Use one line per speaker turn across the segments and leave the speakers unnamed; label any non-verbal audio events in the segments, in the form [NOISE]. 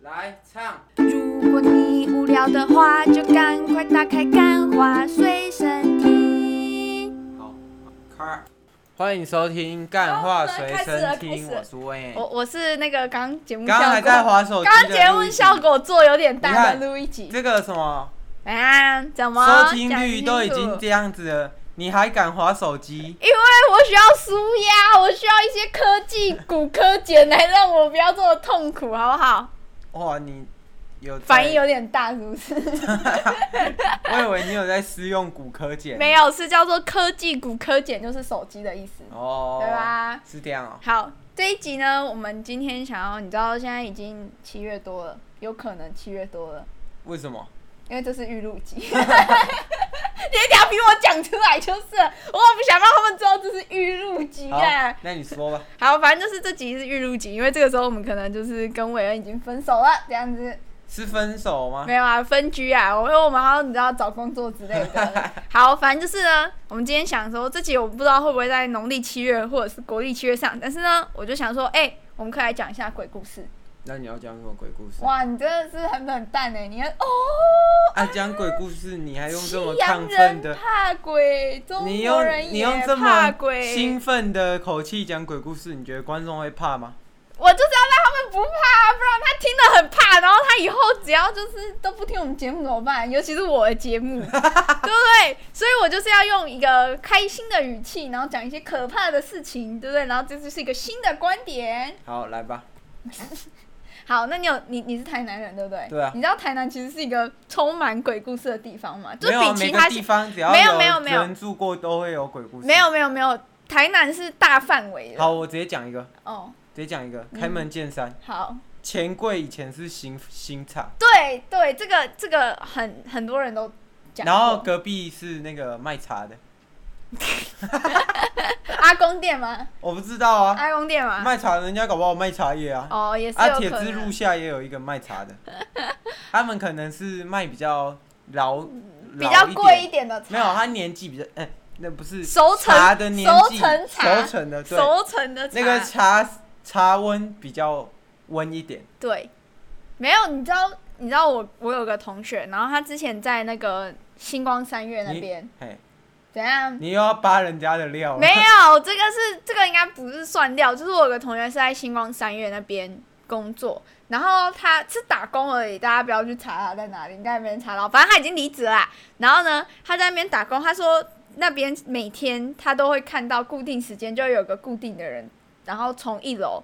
来唱，
如果你无聊的话，就赶快打开《干花随身听
好，开。欢迎收听《干话
哦
随身听》，我是魏》。。
我我是那个刚节目效
刚
果，
刚还在划手机，
刚节目效。果做有点
你
大
看
的录一集
这个什么
啊？怎么
收听率都已经这
讲清楚
样子了，你还敢划手机？
因为我需要舒压，我需要一些科技骨科碱来让我不要这么痛苦，好不好？
哇，你有在
反应？有点大，是不是？
[LAUGHS] 我以为你有在私用骨科检。
没有，是叫做科技骨科碱，就是手机的意思。
哦，
对吧？
是这样哦。
好，这一集呢，我们今天想要，你知道现在已经七月多了，有可能七月多了，
为什么？
因为这是预录集。 [LAUGHS] 你一定要逼我讲出来就是了，我不想让他们知道这是预录集
好
啊。，
那你说吧。
好，反正就是这集是预录集，因为这个时候我们可能就是跟韦恩已经分手了，这样子
是分手吗？
没有啊，分居啊，我因为我们要你知道找工作之类的。 [LAUGHS] 好，反正就是呢，我们今天想说这集我不知道会不会在农历七月或者是国历七月上，但是呢，我就想说，哎、我们可以来讲一下鬼故事。
那你要讲什么鬼故事？
哇，你真的是很冷淡哎、你看哦，
啊，讲鬼故事你还用这么
西
亢
洋
奋
人
的？
怕鬼，中
你
国
用
人
你
也
用这
怕
么兴
鬼，
奋的口气讲鬼故事，你觉得观众会怕吗？
我就是要让他们不怕，不然他听得很怕，然后他以后只要就是都不听我们节目怎么办？尤其是我的
[LAUGHS]
节目，对不对？所以我就是要用一个开心的语气，然后讲一些可怕的事情，对不对？然后这就是一个新的观点。
好，来吧。
好，那你有你你是台南人对不对？
对啊
你知道台南其实是一个充满鬼故事的地方吗？就
没有啊
比
每
其
个
他
地
县
方只要
没有没有没有
人住过都会有鬼故事。
没有。没有没有，台南是大范围的。
好，我直接讲一个，
哦，
直接讲一个，开门见山。
好，
钱柜以前是刑刑场，
对对，这个这个很很多人都讲过。
然后隔壁是那个卖茶的，
阿公店吗？
我不知道啊，
阿公店吗？
卖茶的人家搞不好卖茶叶啊。
哎哦，也是有
啊，
可
铁
能。
之路下也有一个卖茶
[LAUGHS]
的，他们可能是卖比较老，
比较
老一
贵一
点，
点的茶，
没有，他年纪比较，哎、那不是
熟成
茶的年纪，
熟成茶
熟成的，对，
熟成的茶。
那个茶茶温比较温一点，
对，没有，你知道你知道我我有个同学，然后他之前在那个星光三月那边
你，嘿，
怎样？
你又要扒人家的料了，
没有，这个是这个应该不是算料，就是我有个同学是在星光三月那边工作，然后他是打工而已，大家不要去查他在哪里，应该没人查到，反正他已经离职啦。然后呢，他在那边打工，他说那边每天他都会看到固定时间就有个固定的人，然后从一楼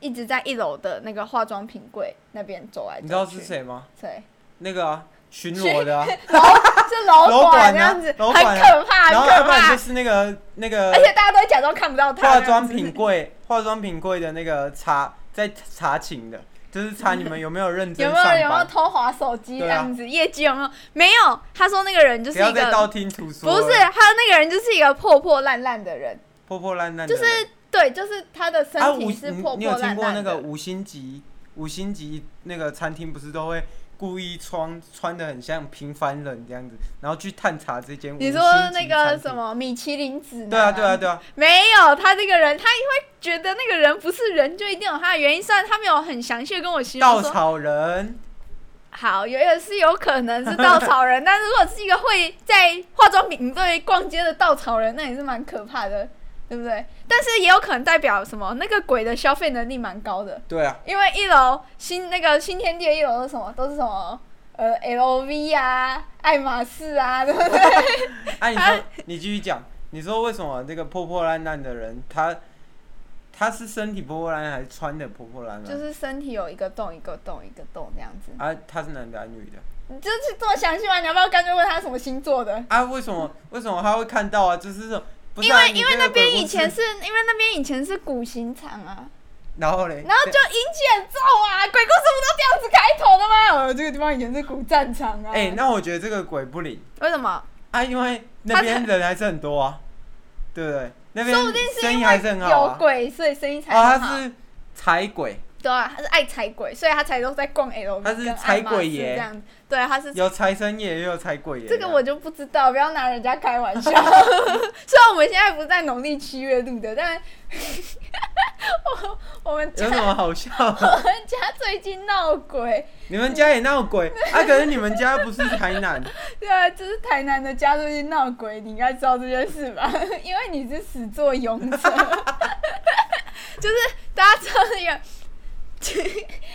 一直在一楼的那个化妆品柜那边走来走
[LAUGHS]
去。
你知道是？谁吗？
谁？
那个啊，巡逻的
[LAUGHS]
啊，
楼是楼
楼
管
管
这
啊
样子，
楼
很
管啊
可怕，
然后
很
要
可
不然
怕
就。是那个那个
而且大家都会假装看不到他。
化
这样
妆
子
品柜，化妆品柜的那个查在查寝的，就是
[LAUGHS]
查你们有没有认真
有
上
没有
班，
有没有偷划手机这
对啊
样子？业绩有没有？没有，他说那个人就是
不要
一
再
个
道听途说
不
了，
是他那个人就是一个破破烂烂的人，
破破烂烂的
就
人，
是对，就是他的身
啊五
体
你
是破
你有
破
听
烂
过那
烂
个
的。
五星级五星级那个餐厅不是都会故意穿穿的很像平凡人这样子，然后去探查这间五
你
星级
说那个
餐
什
厅？
么米其林指南？
对啊对啊。对啊，
没有，他这个人，他会觉得那个人不是人，就一定有他的原因。虽然他没有很详细的跟我形容
稻
说，
草人，
好，有也是有可能是稻草人，但是如果是一个会在化妆品对逛街的稻草人，那也是蛮可怕的，对不对？但是也有可能代表什么？那个鬼的消费能力蛮高的，
对啊，
因为一楼新那个新天地的一楼是什么？都是什么？呃，LV 啊，爱马仕啊， [LAUGHS] 对不对？
哎、你
[LAUGHS]
说你继续讲，你说为什么这个破破烂烂的人他？他是身体破破烂烂，还是穿的破破烂烂？
就是身体有一个洞一个洞一个洞这样子。
啊，他是男的还是女的？
你就是这么详细吗？你要不要干脆问他什么星座的？
啊，为什么为什么他会看到啊？就是说，不是
因
啊
为
你
因为
这个
那边
鬼
以
屋
前
是，
是因为那边以前是古刑场啊。
然后嘞，
然后就引起很重啊，鬼故事不都这样子开头的吗？呃，这个地方以前是古战场啊。
哎、那我觉得这个鬼不灵
为什么？
啊，因为那
他
边人还是很多啊，对不对？那边
说不定是
生
因
意还
为
是很好
有
啊。
鬼，所以生意才很
啊，
好。
他是财鬼，
对啊，他是爱财鬼，所以他才都在逛 L。
他是财鬼爷
这样子。对，他是
有财神爷也有财鬼爷啊。
这个我就不知道，不要拿人
[LAUGHS]
家开玩笑。虽然我们现在不是在农历七月录的，但 [LAUGHS] 我们家
有什么好笑 [LAUGHS] 的？
我们家最近闹鬼，
你们家也闹鬼啊？可是你们家不是台南，
对啊，就是台南的家最近闹鬼，你应该知道这件事吧？ [LAUGHS] 因为你是始作俑者， [LAUGHS] 就是大家知道那个 [LAUGHS]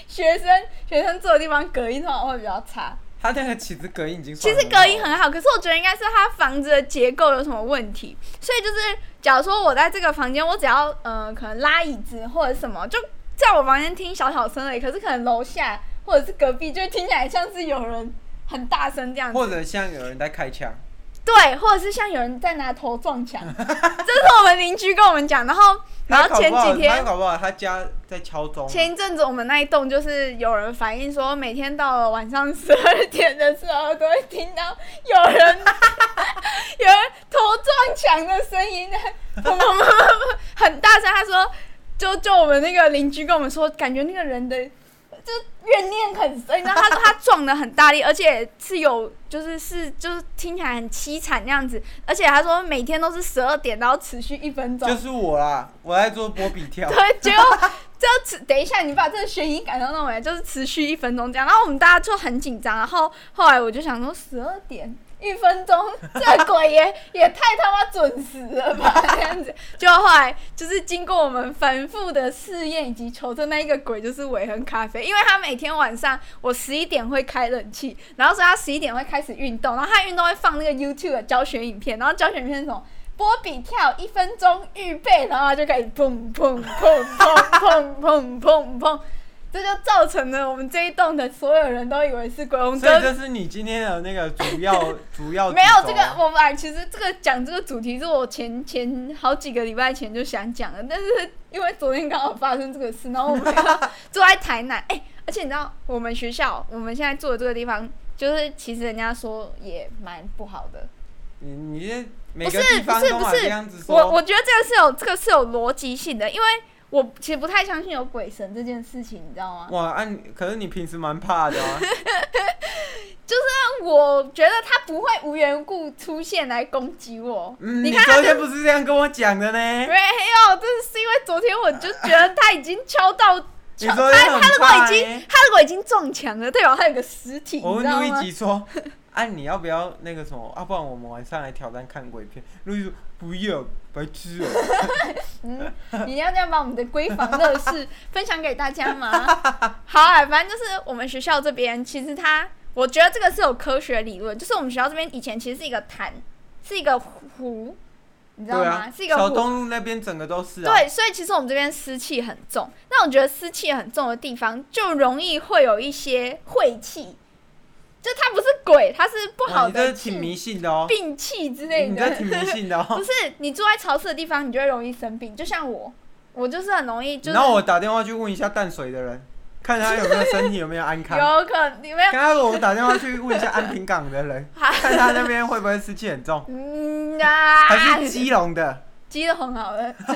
学生学生住的地方隔音通常会比较差，
他那个其实隔音已经
其
算
实
很好
隔音很好，可是我觉得应该是他房子的结构有什么问题，所以就是假如说我在这个房间，我只要呃可能拉椅子或者什么，就在我房间听小小声而已，可是可能楼下或者是隔壁就会听起来像是有人很大声这样
或
子，
者像有人在开枪，
对，或者是像有人在拿头撞墙， [LAUGHS] 这是我们邻居跟我们讲，然后
他
然后
搞
前
不好
几天
他搞不好他家在敲钟啊，
前一阵子我们那一栋就是有人反映说，每天到了晚上十二点的时候，都会听到有人有人头撞墙的声音，砰砰砰砰砰，很大声。他说，就就我们那个邻居跟我们说，感觉那个人的就怨念很深，然后他说他撞的很大力，而且是有就是是就是听起来很凄惨那样子，而且他说每天都是十二点，然后持续一分钟，
就是我啦，我在做波比跳，
对，结果就持等一下，你把这个悬疑感都弄回来，就是持续一分钟这样。然后我们大家就很紧张，然后后来我就想说，十二点一分钟，这鬼也也太他妈准时了吧，这样子。就后来就是经过我们反复的试验以及求证，那一个鬼就是伟恒咖啡，因为他每天晚上我十一点会开冷气，然后所以他十一点会开始运动，然后他运动会放那个 YouTube 的教学影片，然后教学影片是什么？波比跳一分钟预备，然后他就开始砰砰砰砰砰砰砰砰，这就造成了我们这一栋的所有人都以为是鬼。我们
所以
跟
这是你今天的那个主
[LAUGHS]
要主要啊
没有
主
这
轴
个，我们俩其实这个讲这个主题是我前前好几个礼拜前就想讲的，但是 [LAUGHS] 因为昨天刚好发生这个事，然后我们
[LAUGHS]
住在台南，哎、而且你知道我们学校我们现在住的这个地方，就是其实人家说也蛮不好的，
你你这每
不
个
是
地
不
方
是
都
不
嘛
是
这样子
我
说，
我觉得这个是有这个是有逻辑性的，因为我其实不太相信有鬼神这件事情，你知道吗？
哇，按、你可是你平时蛮怕的啊，
但我觉得他不会无缘无故出现来攻击我。
嗯，
[LAUGHS] 你
你
看他
昨
就
天不是这样跟我讲的呢？
没有，这是因为昨天我就觉得他已经敲到，
你
敲
昨
他
天很
他如果
怕
已经
呢
他如果已经撞墙了，代表他有个实体，
我
你
问
知道
陆一
吗？
吉说：“啊，你要不要那个什么？啊，不然我们晚上来挑战看鬼片。”陆一说：“不要，白痴哦、
嗯，你一定要这样把我们的闺房乐事分享给大
[LAUGHS]
家吗？好啊，反正就是我们学校这边，其实它，我觉得这个是有科学理论，就是我们学校这边以前其实是一个潭，是一个湖，你知道
对
吗？
啊，
是一个
小
湖。
东路那边整个都是啊。
对，所以其实我们这边湿气很重。那我觉得湿气很重的地方，就容易会有一些晦气，就它不是鬼，它是不
哇，
好
你这
的
是挺
气、
迷信的哦、
病气之类
你
的。
这挺迷信的哦、
[LAUGHS] 不是，你住在潮湿的地方，你就会容易生病。就像我，我就是很容易，就是
然后我打电话去问一下淡水的人，看他有没有身体有没有
[LAUGHS]
安康。
有可能你没
[LAUGHS]
有
刚，刚我打电话去问一下安平港的
[LAUGHS]
人，
好
看他那边会不会湿气很重，
嗯 [LAUGHS] 啊，
还是基隆的？
鸡的很好了， [LAUGHS]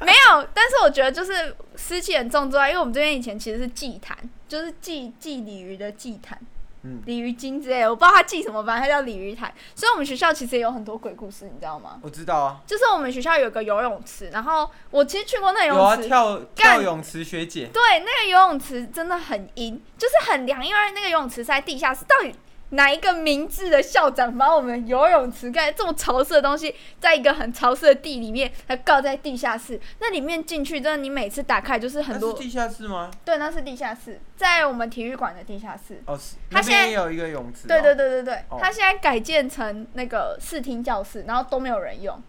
没有。但是我觉得就是湿气很重之外，因为我们这边以前其实是祭坛，就是祭祭鲤鱼的祭坛，
嗯
鲤鱼精之类的，我不知道它祭什么，反正它叫鲤鱼坛。所以我们学校其实也有很多鬼故事，你知道吗？
我知道啊，
就是我们学校有个游泳池，然后哎我其实去过那个游
有啊，
泳池，
跳
干
跳泳池学姐，
对，那个游泳池真的很阴，就是很凉，因为那个游泳池是在地下室。到底哪一个明智的校长把我们游泳池盖这么潮湿的东西，在一个很潮湿的地里面，还告在地下室？那里面进去，真的你每次打开就是很
那是
多。
地下室吗？
对，那是地下室，在我们体育馆的地下室。
哦，是，
他
那
现在
边也有一个泳池、哦。
对对对对对，
哦
它现在改建成那个视听教室，然后都没有人用。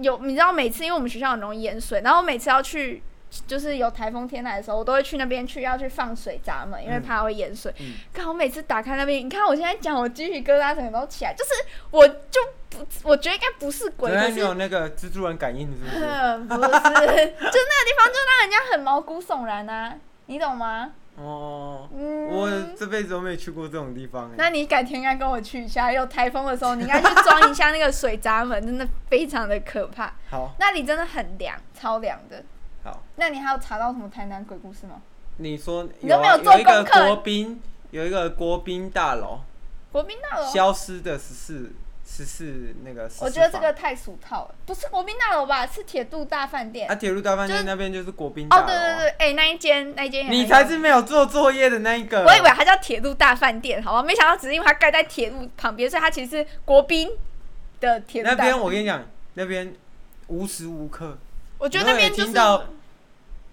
有你知道每次因为我们学校很容易淹水，然后每次要去就是有台风天来的时候，我都会去那边去要去放水闸门，因为
嗯
怕会淹水。
嗯
看、我每次打开那边，你看我现在讲我鸡皮疙瘩整个都起来，就是我就不我觉得应该不是鬼，
原
可
来
是
你有那个蜘蛛人感应是不是？
呃 [LAUGHS] 不是，就 [LAUGHS] 那个地方就让人家很毛骨悚然啊，你懂吗？
哦，
嗯，
我这辈子都没去过这种地方哎、
那你改天应该跟我去一下，有台风的时候，你应该去装一下那个水闸门，真的非常的可怕。
好，
那里真的很凉，超凉的。
好，
那你还有查到什么台南鬼故事吗？
你说
你都
有
没有
啊
做
有一个
功课
国宾，有一个国宾大楼
国宾大楼
消失的十四十四那个14房。
哦我觉得这个太俗套了，不是国宾大楼吧？是铁路大饭店。
啊，铁路大饭
就是
店那边就是国宾大
哦，
楼
对对
啊、
对，哎、那一间那一间也很
你
有
才是没有做作业的那一个。
我以为它叫铁路大饭店，好吧？没想到只是因为它盖在铁路旁边，所以它其实是国宾的铁路
那
大饭
边
店。
我跟你讲，那边无时无刻，
我
我
觉得那边就是
听到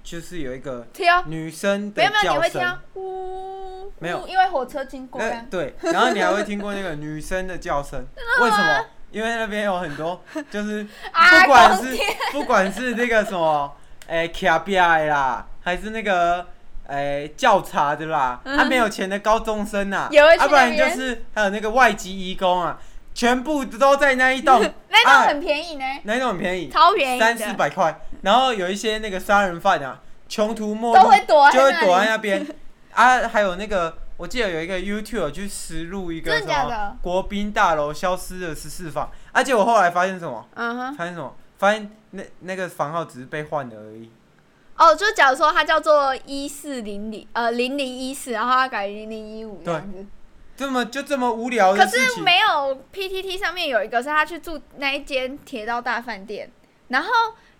就是有一个
听哦，
女生的
没有没有，你
叫
会听啊到
声，
呜，
没有
呜因为火车经过。啊
那对，然后你还会听过那个女生的叫
[LAUGHS]
声，为什么？因为那边有很多就是
啊
不管
冬
是 [LAUGHS] 不管是那个什么，哎、卡比埃啦，还是那个哎、教查的啦，他、没有钱的高中生啊，
也嗯会去
要、不然
那
就
边，
是还有那个外籍移工啊，全部都在那一栋
[LAUGHS] 那种
啊、
很便宜呢，
那一栋很便宜，
超便宜
三四
的。
百块，然后有一些那个杀人犯啊，穷途末
都
路
会躲在
就会
那
躲在
里
那
[LAUGHS]
边啊，还有那个。我记得有一个 YouTube 去实录一个
真
什
的假
么
的
国宾大楼消失的十四房，而且我后来发现什么，
嗯哼，
发现什么？发现那那个房号只是被换了而已。
哦，就假如说它叫做一四零零，呃，零零一四，然后它改零零一五这
对
样子。
这么就这么无聊的
可
事
是
情，
没有 PTT 上面有一个是他去住那一间铁道大饭店，然后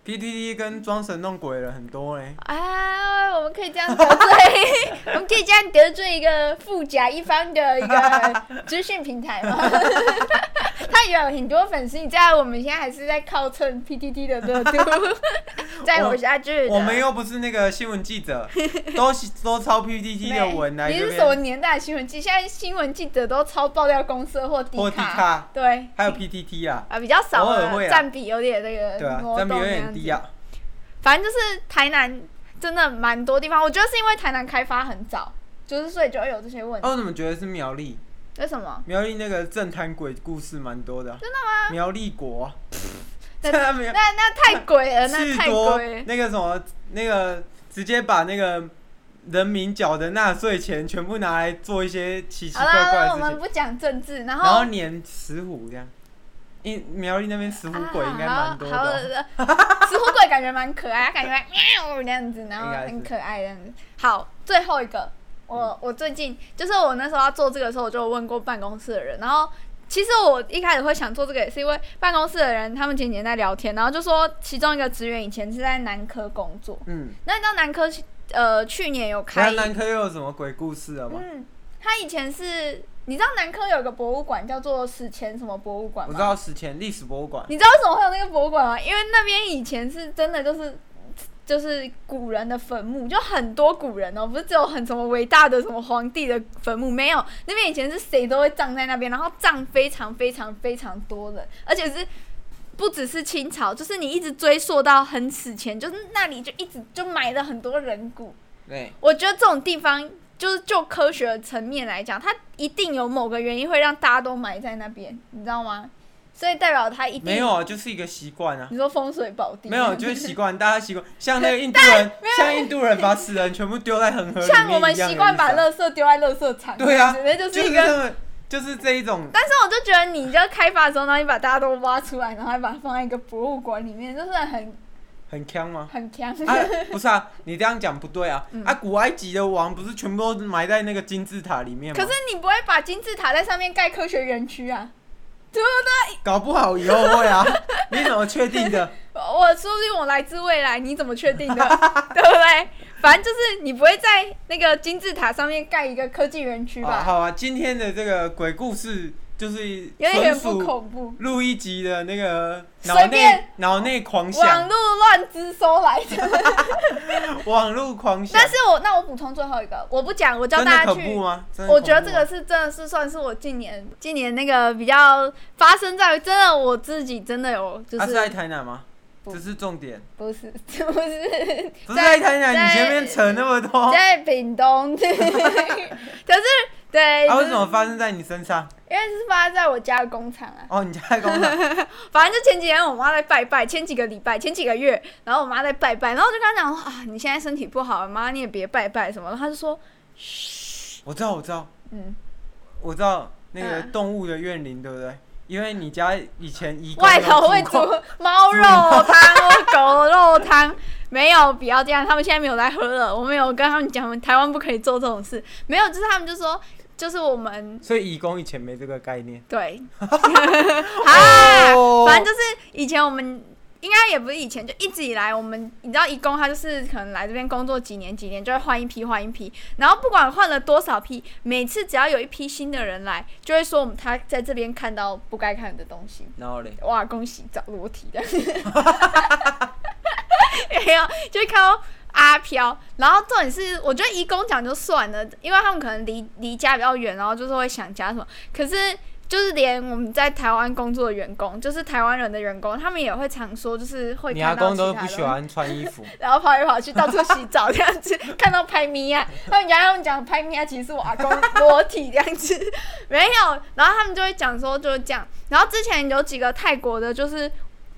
PTT 跟装神弄鬼了很多欸嘞、
啊，我们可以这样得罪，我们可以这样得罪一个富甲一方的一个资讯平台
[LAUGHS]
吗？他有很多粉丝，你知道我们现在还是在靠蹭 PTT 的
[LAUGHS]
热度，再活下去的。
我们又不是那个新闻记
[LAUGHS]
者，都是都抄 PTT 的文来
你
这
是什么
边，
年代的新闻记？现在新闻记者都超爆料公社或迪
或迪卡，
对
还有 PTT
[LAUGHS]
啊，
啊，比较少
偶尔
了
会啊
占比有点那个
对啊，
挪
占比有
动那
点
样
低
子
啊。
反正就是台南真的蛮多地方，我觉得是因为台南开发很早，就是所以就会有这些问题。
啊，我怎么觉得是苗栗？
为什么？
苗栗那个正滩鬼故事蛮多的、真的吗？苗栗国、
[LAUGHS]
啊，
那
真的没有
那那太鬼了，那
是
太
多
鬼了。
那个什么，那个直接把那个人民缴的纳税钱全部拿来做一些奇奇
好
怪
啦，
怪
那我
的事
们
情，
不讲政治，然
然后
后。
撵石虎这样。因苗栗那边石虎
啊，
鬼应该蛮多的
好，好 [LAUGHS]
哦，
呃石虎鬼感觉蛮可爱，它感觉喵这样子，然后
应该是
很可爱这样子。好，最后一个，
嗯
我我最近就是我那时候要做这个的时候，我就有问过办公室的人，然后其实我一开始会想做这个，也是因为办公室的人他们前几天在聊天，然后就说其中一个职员以前是在南科工作，
嗯，
那你知道南科呃去年有
那
开，
南科又有什么鬼故事了吗？
嗯，他以前是。你知道南科有个博物馆叫做史前什么博物馆
我
吗？
知道史前历史博物馆，
你知道为什么会有那个博物馆吗？因为那边以前是真的就是就是古人的坟墓，就很多古人哦，不是只有很什么伟大的什么皇帝的坟墓，没有，那边以前是谁都会葬在那边，然后葬非常非常非常多人，而且是。不只是清朝，就是你一直追溯到很史前，就是那里就一直就埋了很多人骨，
对，
我觉得这种地方，就是就科学的层面来讲，它一定有某个原因会让大家都埋在那边，你知道吗？所以代表它一定
没有。啊，就是一个习惯啊，
你说风水宝地
没有就是
[LAUGHS]
习惯，大家习惯，像那个印度人，像印度人把死人全部丢在恒河里面一样
像
的
我们
意思啊
习惯把垃圾丢在垃圾场，
对啊
那就
就是是
一个。
这么就是这一种
但是我就觉得，你就开发的时候，然后你把大家都挖出来，然后还把它放在一个博物馆里面，就是很
很坑吗？
很强。
啊，不是啊，你这样讲不对啊！
嗯
啊，古埃及的王不是全部都埋在那个金字塔里面吗？
可是你不会把金字塔在上面盖科学园区啊？
搞不好以后会
[LAUGHS]
啊！你怎么确定的？
我我说不定我来自未来，你怎么确定的？
[LAUGHS]
对不对？反正就是你不会在那个金字塔上面盖一个科技园区
啊，
吧？
好啊，今天的这个鬼故事就是
有
纯
点不
属
恐怖，
录一集的那个
随
脑内
便
脑内狂
网
想，
络乱资收来的。
网络狂想
但，是我那我补充最后一个，我不讲，我教
真的
大家
恐怖啊
去。
吗？真的
我
恐
觉得
怖
这
吗
个是真的是算是我近年近年那个比较发生在真的我自己真的有就
啊是在
是
台南吗？
不
这是重点，
不是 [LAUGHS] 不是
不是在台南，
在
你前面扯那么多，啊，
在屏东， [LAUGHS] 可是对，就
啊为
是
什么发生在你身上？
因为是发生在我家的工厂啊。
哦，你家在工厂，
反正就前几天我妈在拜拜，前几个礼拜、前几个月，然后我妈在拜拜，然后我就跟她讲说啊，你现在身体不好，妈你也别拜拜什么的。她就说，
我知道，我知道。
嗯，
我知道那个
嗯
动物的怨灵，对不对？因为你家以前移工
外
有
头会
煮
煮
过
猫肉汤、狗肉汤，没有，不要这样，他们现在没有来喝了。我们有跟他们讲，我们台湾不可以做这种事，没有，就是他们就说。就是我们
所以义工以前没这个概念。
对，啊，
哦
反正就是以前我们应该也不是以前，就一直以来我们，你知道，义工他就是可能来这边工作几年几年，就会换一批换一批，然后不管换了多少批，每次只要有一批新的人来，就会说我们他在这边看到不该看的东西，
然后嘞，
哇，恭喜找裸体的， [LAUGHS] 没有，就会看到阿飘。然后重点是，我觉得义工讲就算了，因为他们可能离离家比较远，然后就是会想家什么。可是就是连我们在台湾工作的员工，就是台湾人的员工，他们也会常说，就是会
你阿
看
公
到其
都
他
不喜
人
欢穿衣
[LAUGHS]
服，
然后跑来跑去，到处洗澡这样子， [LAUGHS] 看到拍咪呀，他们讲他们讲拍咪啊呀，其实是我阿公裸体这样子， [LAUGHS] 没有，然后他们就会讲说就是这样，然后之前有几个泰国的，就是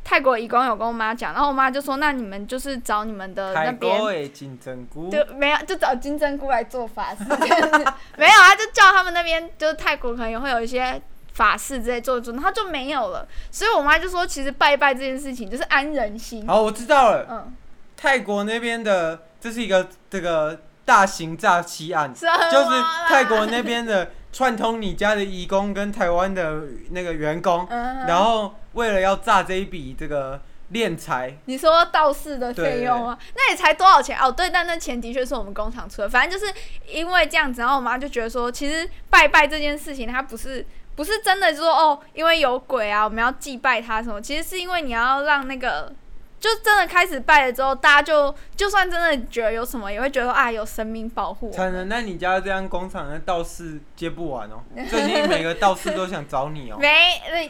泰国义工有跟我妈讲，然后我妈就说那你们就是找你们的呃那
泰
边
国的金针菇，
就没有，就找金针菇来做法事， [LAUGHS] 这样子没有啊，就叫他们那边就是泰国可能也会有一些法事之类做做，然后就没有了，所以我妈就说其实拜拜这件事情就是安人心，
好，我知道了。
嗯，
泰国那边的，这是一个这个大型诈欺案，
是 [LAUGHS] 啊
就是泰国那边的串通你家的义工跟台湾的那个员工，
嗯
然后为了要诈这一笔这个敛财，
你说道士的费用吗？那也才多少钱哦？对，但那钱的确是我们工厂出的。反正就是因为这样子，然后我妈就觉得说，其实拜拜这件事情，它不是不是真的说哦，因为有鬼啊，我们要祭拜他什么？其实是因为你要让那个，就真的开始拜了之后，大家就就算真的觉得有什么，也会觉得啊，有神明保护我
才能那你家这样工厂的道士接不完
[LAUGHS]
哦，最近每个道士都想找你哦。
没，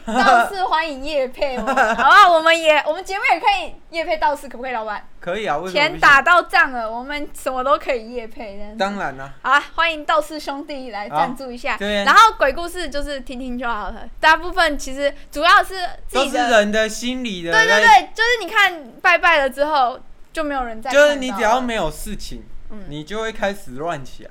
呃道士欢迎
[LAUGHS]
叶配，我们好不好？我们也，我们节目也可以叶配道士，可不可以，老板？
可以啊，为什么不
钱
行？
打到账了，我们什么都可以叶配，这样子
当然啦、
好啊，欢迎道士兄弟来赞助一下。
这边
然后鬼故事就是听听就好了，大部分其实主要是自
都
己
是
的。
人的心理的，
对对，对，就是你看拜拜了之后就没有人再看
就
到了。
是你只要没有事情，
嗯
你就会开始乱起来。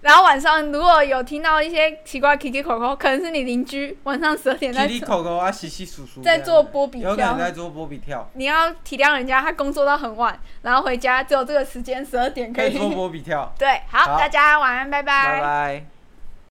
然后晚上如果有听到一些奇怪 Kiki 口口，可能是你邻居晚上十二点在
叽里口口啊，洗洗数数，
哎在做波比
有可能
跳
在做波比
[LAUGHS]
跳，
你要体谅人家，他工作到很晚，然后回家只有这个时间十二点可
可以
以。
做波比跳，
[LAUGHS] 对，好，
好
大家晚安，
拜拜。